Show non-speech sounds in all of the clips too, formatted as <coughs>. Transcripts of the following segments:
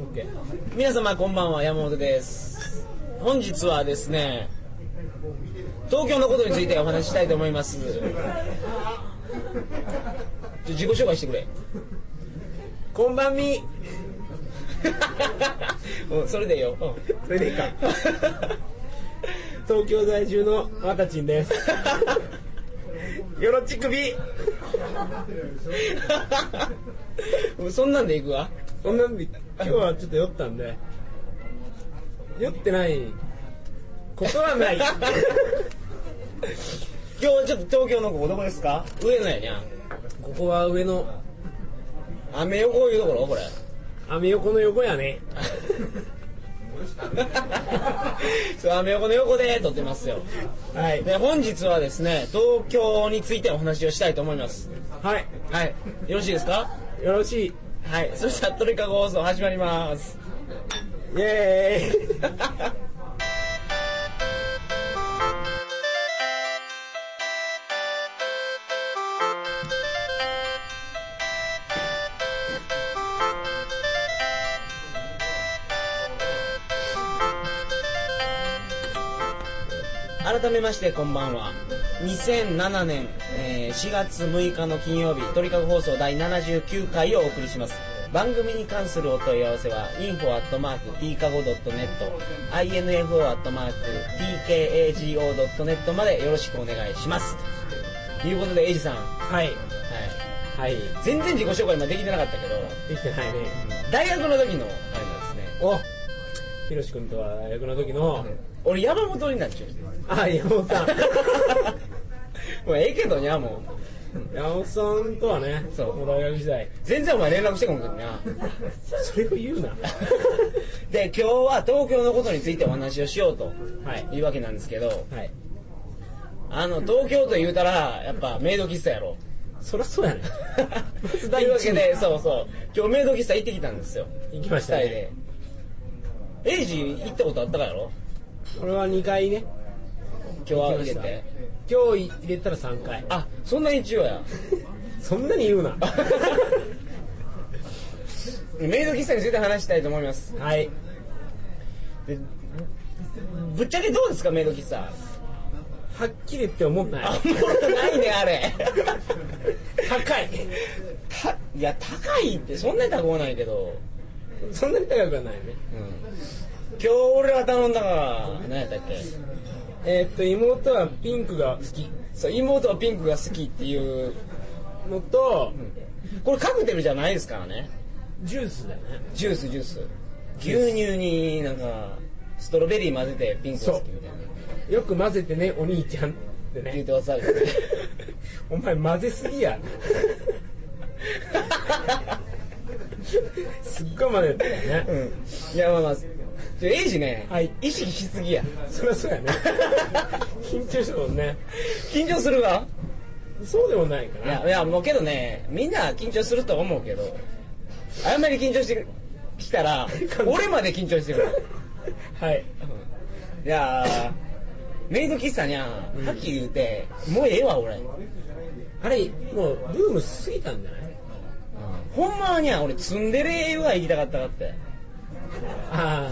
OK 皆様こんばんは山本です本日はですね東京のことについてお話ししたいと思いますちょ自己紹介してくれこんばんみうんそれでいいよ、うんそれでいいか東京在住のわたちんですよろちくびもうそんなんでいくわそんなんで今日はちょっと酔ったんで酔ってないことはない今日はちょっと東京のここどこですか上野やにゃんここは上のアメ横いうところこ <laughs> れアメ横の横やねそうアメ横の横で撮ってますよはいで本日はですね東京についてお話をしたいと思いますはいはいよろしいですかよろしいはいそしたらトリカゴ放送始まりますイエーイ改めましてこんばんは2007年、えー4月6日の金曜日鳥かご放送第79回をお送りします番組に関するお問い合わせは info.tkago.net info.tkago.net までよろしくお願いしますということでエイジさん、ははいい、はい全然自己紹介今できてなかったけどできてないね大学の時のあれなんですねおひろし君とは大学の時の俺山本になっちゃう <laughs> あ山本さんもうええけどにゃもう山本さんとはねそうもう大学時代全然お前連絡してこんけどなそれを <laughs> 言うなで今日は東京のことについてお話をしようとはいいうわけなんですけどはいあの東京と言うたらやっぱメイド喫茶や <laughs> ろそりゃそうや <laughs> ねまずと第いうわ一けにでそうそう今日メイド喫茶行ってきたんですよ行きま2し人たねでエイジ行ったことあったかやろ俺は2回ね今日は行入きれましてた今日入れたら3回あそんなに一応 <laughs> やそんなに言 <laughs> うなメイド喫茶について話したいと思いますはいでぶっちゃけどうですかメイド喫 <laughs> 茶はっきり言って思ったんあやんまないねあれ高いたいや高いってそんなに高くないけどそんなに高くはないね今日俺ら頼んだから何やったっけえーっと妹はピンクが好きそう妹はピンクが好きっていうのと、これカクテルじゃないですからねジュースだよねジュースジュース牛乳になんかストロベリー混ぜてピンクが好きみたいなよく混ぜてねお兄ちゃんって言うねてますけどねお前混ぜすぎや <laughs> すっごい混ぜてたようねんいやまあまあちょエイジね、はい意識しすぎやそりゃそうやね緊張したもんね緊張するわそうでもないかいなやいやもうけどねみんな緊張すると思うけどあんまり緊張してきたら俺まで緊張してくるはいいやーメイド喫茶にゃはっきり言うて、もうええわ俺あれもうブーム過ぎたんじゃないほんまはにゃ俺ツンデレは行きたかったかってあ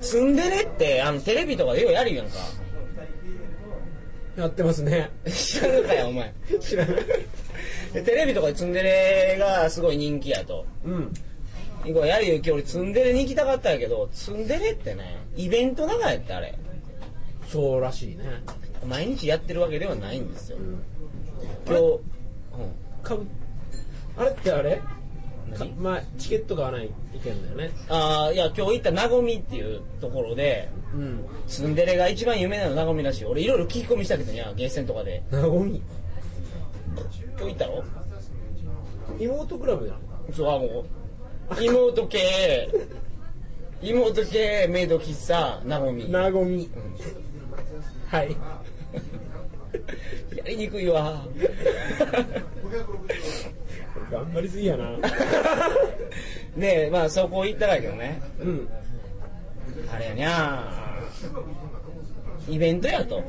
ツンデレってあのテレビとかでようやるやんか <laughs> あやってますね知らんのかやお前知らないでテレビとかでツンデレがすごい人気やとうんいこうやる言うけ俺ツンデレに行きたかったんやけどツンデレってねイベント長やってあれそうらしいね毎日やってるわけではないんですよあれ今日、うん、かぶあれってあれか何まあチケット買わないといけんだよねあーいや今日行ったなごみっていうところでうんツンデレが一番有名なのなごみらしい俺いろいろ聞き込みしたけどにゃゲーセンとかでなごみ今日行ったろ妹クラブじゃんそうあもう妹系妹系メイド喫茶なごみなごみはいやりにくいわ <laughs> 頑張りすぎやなねえまあそこ行ったらやけどねうんあれやにゃイベントやと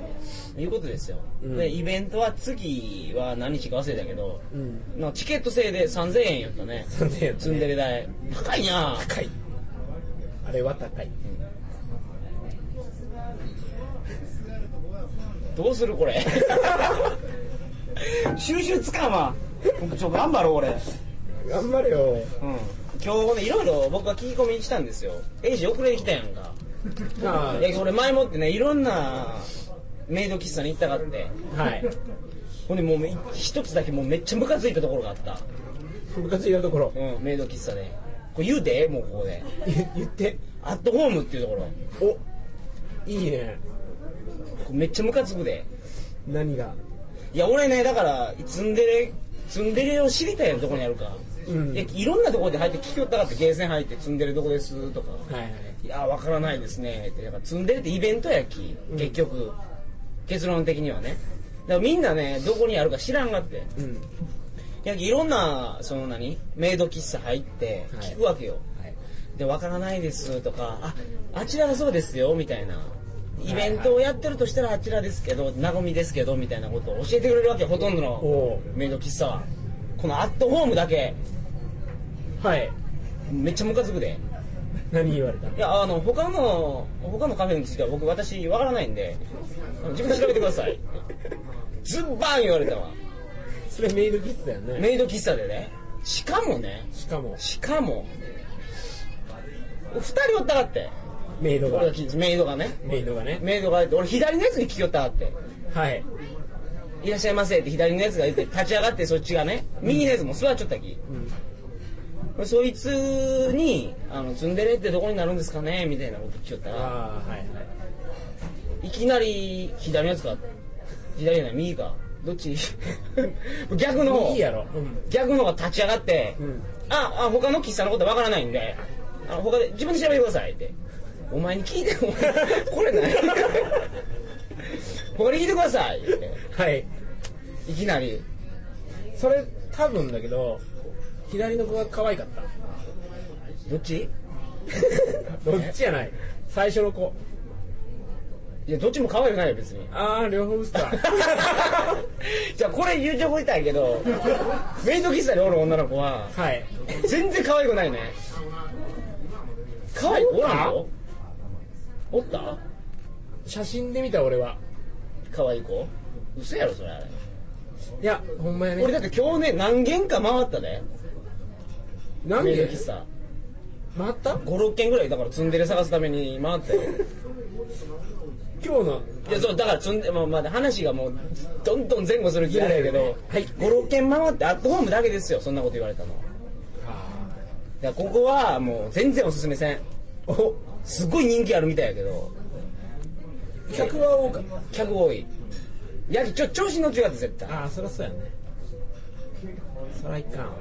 いうことですよ、うんでイベントは次は何日か忘れたけど、うんのチケット制で3000円やったね3000円やったねツンデレ代高いにゃ高いあれは高いどうするこれ <laughs> 収集つかんわちょ頑張ろう俺頑張れようん今日ねいろいろ僕は聞き込みしたんですよエイジ遅れてきたやんかあいや俺前もってねいろんなメイド喫茶に行ったかってあはいほんでもうい一つだけもうめっちゃムカついたところがあった、部活入れるところうん、メイド喫茶でこれ言うてもうここで言言ってアットホームっていうところおいいねこれめっちゃムカつくで何がいや俺ねだからツンデレツンデレを知りたいやんどこにあるか、うんいやいろんなところで入って聞きよったかってゲーセン入ってツンデレどこですとかはいはいいやわからないですねってだからツンデレってイベントやきうん結局、結論的にはねだからみんなねどこにあるか知らんがってうんいやいろんなその何メイド喫茶入ってはい聞くわけよ、はいでわからないですとかああちらがそうですよみたいなイベントをやってるとしたらあちらですけど和みですけどみたいなことを教えてくれるわけよほとんどおのおメイド喫茶はこのアットホームだけはいめっちゃムカつくで何言われたいやあの他の他のカフェについては僕私わからないんであの自分で調べてくださいズッバーン言われたわそれメイドキッズだよねメイド喫茶でねしかもねしかもしかも2人おったかってメイドが俺が聞いてメイドがねメイドがねメイドが入って俺左のやつに聞きよったかってはい「いらっしゃいませ」って左のやつが言って立ち上がってそっちがね右のやつも座っちゃったき、そいつにあの「ツンデレってどこになるんですかね?」みたいなこと聞きよったらああはいはいいきなり左のやつが左じゃない右かどっち <laughs> 逆の方いいやろうん逆の方が立ち上がって、うんああ他の喫茶のことわからないんであの他で自分で調べてくださいってお前に聞いても <laughs> <laughs> これない他に聞いてくださいってはいいきなりそれ多分だけど左の子が可愛かったどっちどっちやない最初の子いやどっちも可愛くないよ別にああ両方薄かじゃあこれ言うてほいたんやけどメイド喫茶におる女の子は <laughs> はい全然可愛くないね可愛い子おらんよおった写真で見た俺は可愛い子嘘やろそれあれいやほんまや俺ねだって今日ね何軒か回ったでなんメイドで喫茶回った56軒ぐらいだからツンデレ探すために回ったよ今日のいやそうだからツンデレ、まあまあ、話がもうどんどん前後する気ないけど、はい56軒回ってアットホームだけですよそんなこと言われたのだからここはもう全然おすすめせんおすっごい人気あるみたいやけど客は多かった客多いいやちょ調子の違って絶対ああそりゃそうやねそらいかん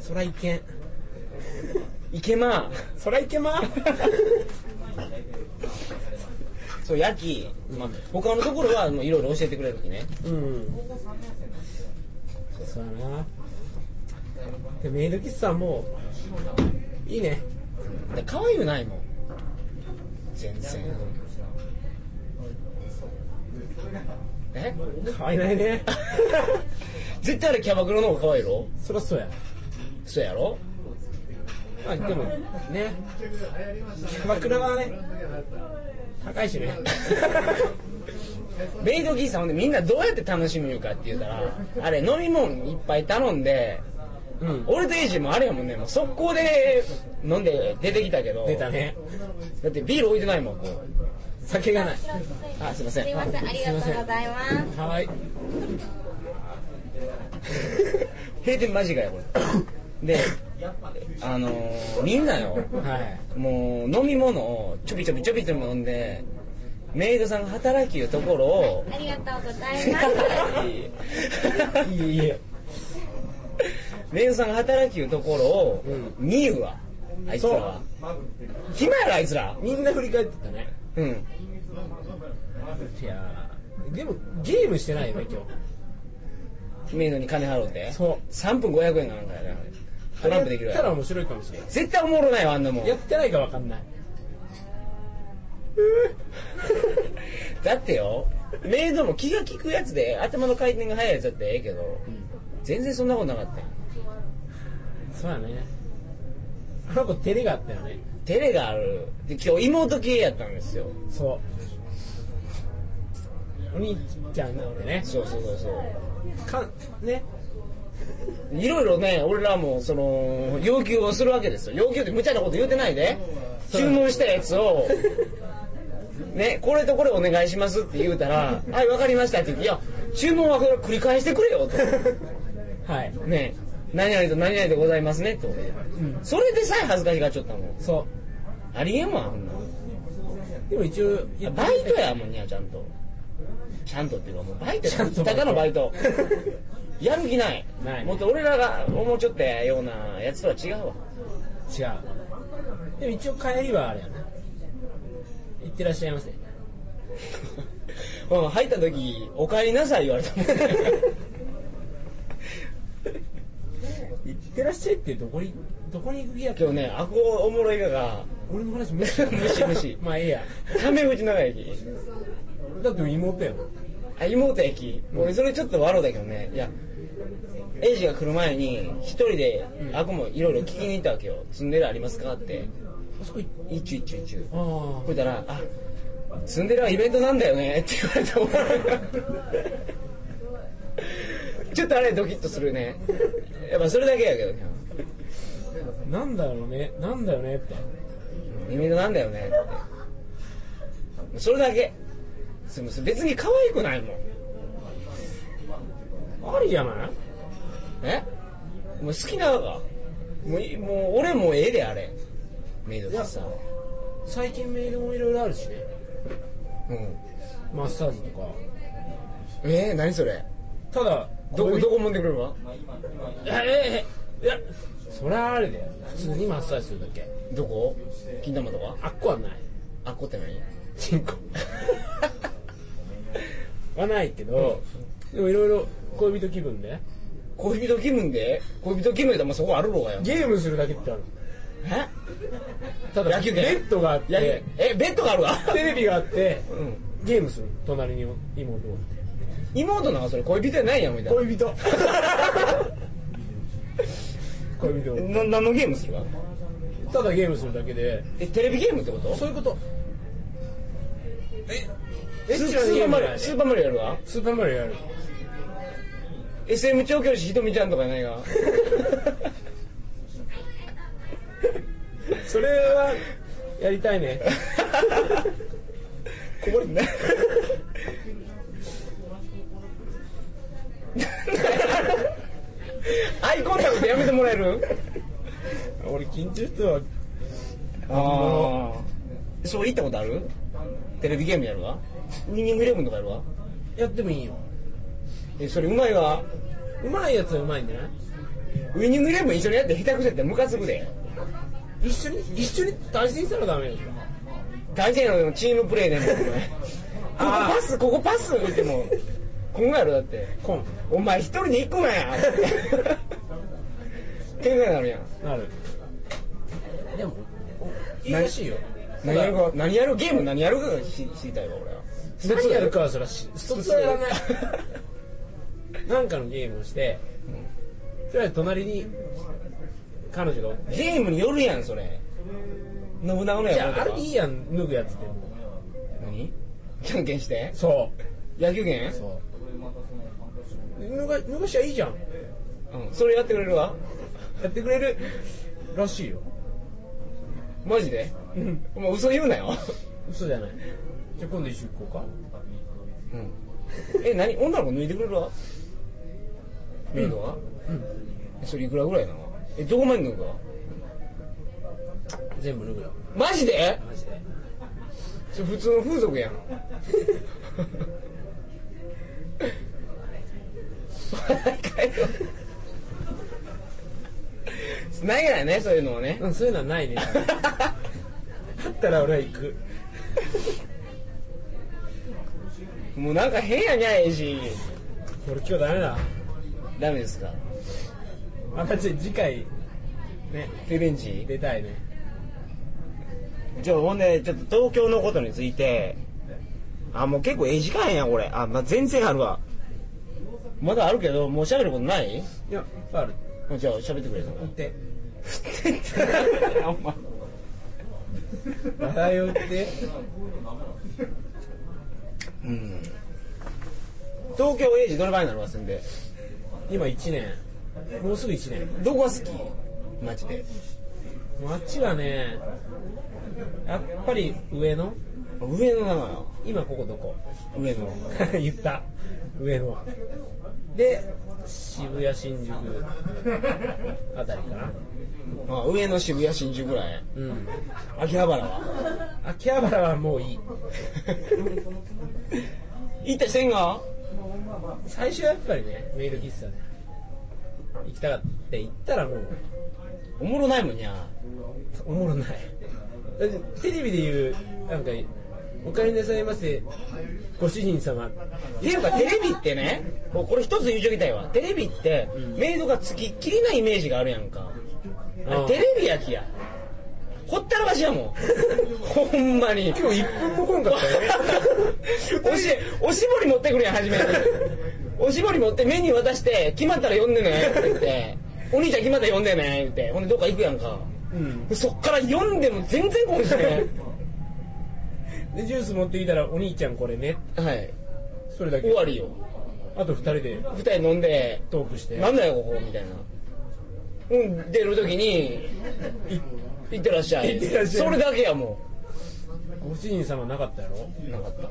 そらいけんいけまそらいけまそうやき、まあ、他のところはもういろいろ教えてくれるきね <laughs> うんそうやなでメイド喫茶もいいねだから可愛くないもん全然え <laughs> 可愛いないね絶対あれキャバクラの方が可愛いろそりゃそうやそうやろまあでもねキャバクラはね高いしね <laughs> メイド喫茶ほんでみんなどうやって楽しむかって言うたらあれ飲み物いっぱい頼んでうん俺とエイジもあれやもんねもう速攻で飲んで出てきたけど出たねだってビール置いてないもんこう酒がないあすいませんすいません、ありがとうございます。はい閉店間近やこれであのーみんなよはいもう飲み物をちょびちょびちょびちょび飲んでメイドさんが働きいうところを <laughs> ありがとうございます。いいいいメイドさんが働きいうところを見ゆわあいつらは暇やろあいつらみんな振り返ってたねうんいやーでもゲームしてないよね今メイドに金払うて日そう3分500円かなんかやなトランプできるやったらや面白いかもしれな絶対おもろないわあんなもんいやってないかわかんないだってよメイドも気が利くやつで頭の回転が速いやつだってええけど、全然そんなことなかったよそうやねあの子照れがあったよね照れがあるで今日妹系やったんですよそうお兄ちゃんなんでねそうそうそうそうかんねいろいろね、俺らも、その、要求をするわけですよ。要求って無茶なこと言うてないで。そう注文したやつを、ね、これとこれお願いしますって言うた <laughs> ら、はい、わかりましたって言って、いや、注文はこれ繰り返してくれよ、 <laughs> はいと。ね、何々と何々でございますね、と。んそれでさえ恥ずかしがっちゃったもん。そありえんわ、ほんなのうでも一応言ってバイ <laughs> トやもんにゃ、ちゃんと。ちゃんとっていうか、もうバイトちゃやんとただのバイ <laughs> ト。やる気ない。ないもっと俺らが思うちょったようなやつとは違うわ。違うでも一応帰りはあれやな行ってらっしゃいませ <laughs> うん、入った時、お帰りなさい言われたもんね。行ってらっしゃいってどこにどこに行く気やっけ今日ね、アコおもろいがが、俺の <laughs> 話無視無視無視まあええやタメ口長駅。だって妹やもんあ、妹駅。俺それちょっと悪だけどね。いや、エイジが来る前に、一人で、アコもいろいろ聞きに行ったわけよ。ツンデレありますかって。あそこ行っいちゅいちゅいちゅ。ああほいたら、あ、ツンデレはイベントなんだよねって言われたもん。ちょっとあれドキッとするね。やっぱそれだけやけどね。なんだろうねなんだよねってイベントなんだよねって。それだけ。すみません。別に可愛くないもん。ありじゃないえもう好きなのかもういもう俺もうええであれ。メイドささ。最近メールもいろいろあるしねうん。マッサージとかえー、何それただどこ、恋どこもんでくるわええええいやそりゃあれだよ普通にマッサージするだけどこ金玉とかあっこはないあっこって何チンコ <laughs> はないけど、でもいろいろ恋人気分で恋人気分で恋人気分やったらもうそこあるろうがよ。ゲームするだけってあるえただ野球ベ券ッドがあっやてえ、ベッドがあるわ。 <laughs> テレビがあってうん。ゲームする隣に妹が妹なんかそれ恋人やないやん、みたいな。恋人 <laughs> 恋人な何のゲームするわただゲームするだけでえ、テレビゲームってことそういうことえスススーパーマリオ、スーパーマリオやるわ。スーパーマリオや <laughs> る SM 調教師ひとみちゃんとかやないが。それはやりたいねこぼれてない。 <laughs> アイコンタクトやめてもらえる俺緊張してはああ。そう行ったことあるテレビゲームやるわニンニングイレブンとかやるわやってもいいよえ、それうまいわ。うまいやつはうまいんじゃないウイニングイレブン一緒にやって下手くそやったらムカつくで。一緒に一緒に対戦したらダメでしょ大事なのでもチームプレーでもん。お前ここあーパス、ここパス言っても、こんがやろだって。コンお前一人で行く <laughs> なや。喧嘩になるやん。なるでもおいいらしいよ何やるか、何やるゲーム何やるかが知知りたいわ、俺は。一つやるかはそらし一つはやらないなんかのゲームをしてとりあえず隣に彼女がおってゲームによるやん、それ。信長のじゃやああろれいいやん脱ぐやつでも何じゃんけんしてそ野球拳うそう脱が脱がしゃいいじゃんうん。それやってくれるわ。やってくれるらしいよマジでお前嘘言うなよ。嘘じゃないじゃあ今度一緒に行こうかうん。え、何女の子脱いでくれるわメイドはうん。それいくらぐらいなのえ、どこまで脱ぐわ全部脱ぐよマジでマジでそれ普通の風俗やん。笑いかよないからね、そういうのはね。うん、そういうのはないね。だったら俺は行く。もうなんか変やにゃ、エイジ。俺今日ダメだ。ダメですかまたちょっと次回、ね、リベンジ出たいね。じゃあほんで、ちょっと東京のことについて、あ、もう結構ええ時間や、これ。あ、まあ、全然あるわ。まだあるけど、もう喋ることないいや、いっぱいある。 <laughs> じゃあ喋ってくれるの行って。お前笑いを言ってうん東京エイジどれ前になるわせんで今1年もうすぐ1年どこが好きマジで街はねやっぱり上野上野なのよ今ここどこ <laughs> 上野言った上野で渋谷新宿あたりかなあ上野渋谷新宿ぐらいうん秋葉原は <laughs> 秋葉原はもういい行ったりせんが最初はやっぱりねメイル喫茶ね行きたかった行ったらもうおもろないもんにゃおもろないだってテレビで言うなんかお帰りなさいませご主人様っていうかテレビってねもうこれ一つ言うときたいわテレビってメイドがつきっきりなイメージがあるやんかあれうんテレビやきやほったらかしや <laughs> もんほんまに今日1分も来んかったよね <laughs> おしおしぼり持ってくるやん初 <laughs> めにおしぼり持ってメニュー渡して決まったら呼んでねって言ってお兄ちゃん決まったら呼んでねってほんでどっか行くやんかうんそっから呼んでも全然来んしねでジュース持ってきたら「お兄ちゃんこれね <laughs> はい」それだけ終わりよあと2人で二人飲んでトークしてなんだよここみたいなうん出る時にい行ってらっしゃい行ってらっしゃいそれだけやもご主人様なかったやろうなかっただか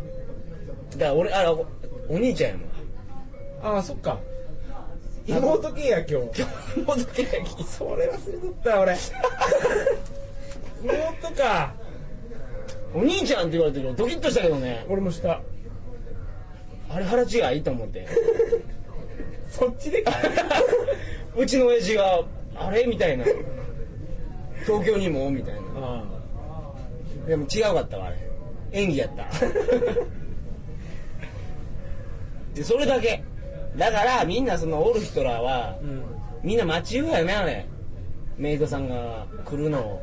ら俺あらおお兄ちゃんやもんああそっか妹系や今日妹系やきそれ忘れとった俺妹かお兄ちゃんって言われてるドキッとしたけどね俺もしたあれ腹違いと思って <laughs> そっちでか <laughs> うちの親父があれみたいな東京にもみたいなあでも違うかったわあれ演技やった <laughs> でそれだけだからみんなそのおる人らはあうんみんな待ちうやねあれメイドさんが来るのを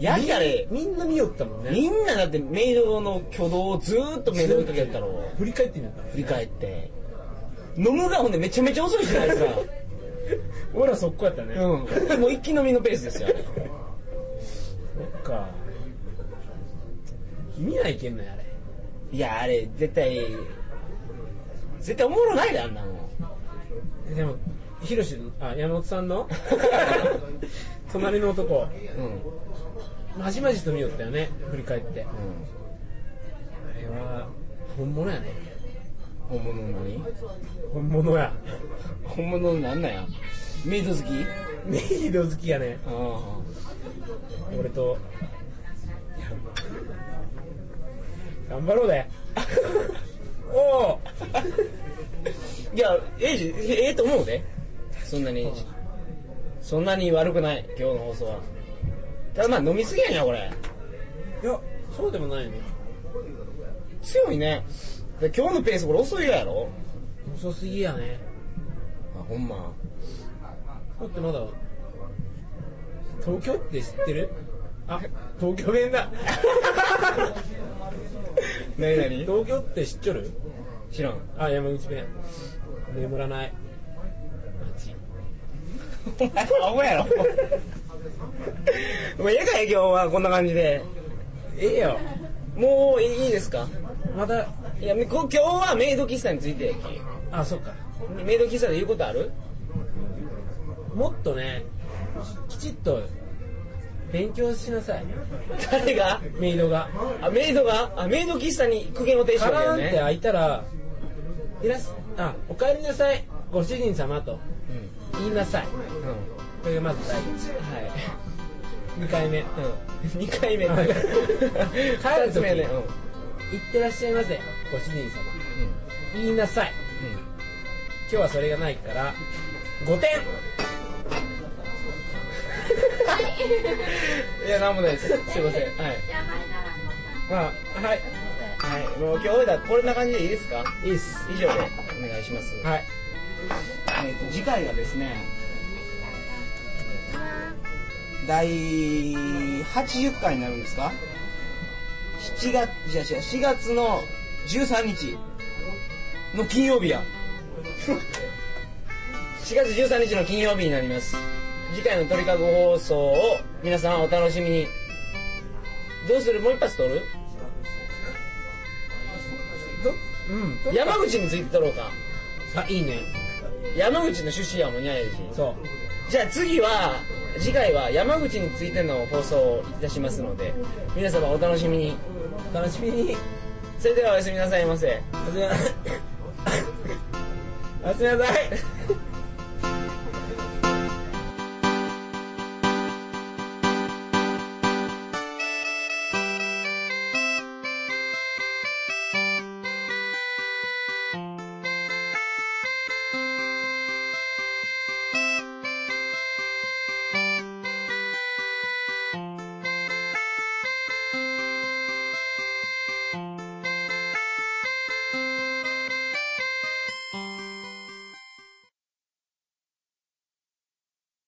やきあれみんな見よったもんねみんなだってメイドの挙動をずーっとメイド追いかけてたろ振り返ってみよった振り返って飲むがほんでめちゃめちゃ遅いじゃないですか俺ら速攻やったねうんもう一気飲みのペースですよあれそっか見ないけんのやあれいやあれ絶対絶対おもろないであんなもんえでもヒロシのあ山本さんの <laughs> 隣の男うんまじまじと見よったよね振り返ってあれは本物やね本物の何本物や本物のなんなんやメイド好きメイド好きやねあ俺と頑張ろ <laughs> うでおおあいやええじええと思うでそんなにそんなに悪くない今日の放送はただまあ飲みすぎやんやこれいやそうでもないね強いねで今日のペースこれ遅いやろ遅すぎやねあほんまだってまだ東京って知ってるあ東京弁 <laughs> だなになに東京って知っちょる知らんあ山口弁眠らない街お前アホやろ <laughs> お前やかい今日はこんな感じでええよもういいですかまだいやこ今日はメイド喫茶についてやきあそっかメイド喫茶で言うことあるもっとねきちっと勉強しなさい誰がメイドがあメイドがあメイド喫茶に苦言を呈してカるわけラーンよってね開いたら「いらっしあおかえりなさいご主人様」と言いなさいうん、うん、これがまず第一はい2回目うん、2回目はい帰る帰る時つ目ねうん、 「いってらっしゃいませご主人様」言いなさい今日はそれがないから5点うん、いやなんもないですすいませんはいじゃあ、前ならこんなまあはいはいもう今日だこんな感じでいいですかいいっす以上でお願いします、はいえーと次回がですね第80回になるんですか7月じゃじゃ4月の13日の <laughs> 金曜日や4月13日の金曜日になります次回の鳥かご放送を皆さんお楽しみにどうするもう一発撮るどうんど山口について撮ろうかあいいね山口の趣旨やもんにゃやしそうじゃあ次は次回は山口についての放送をいたしますので皆様お楽しみにお楽しみにそれ <coughs> ではおやすみなさいませおやすみなおやすみなさい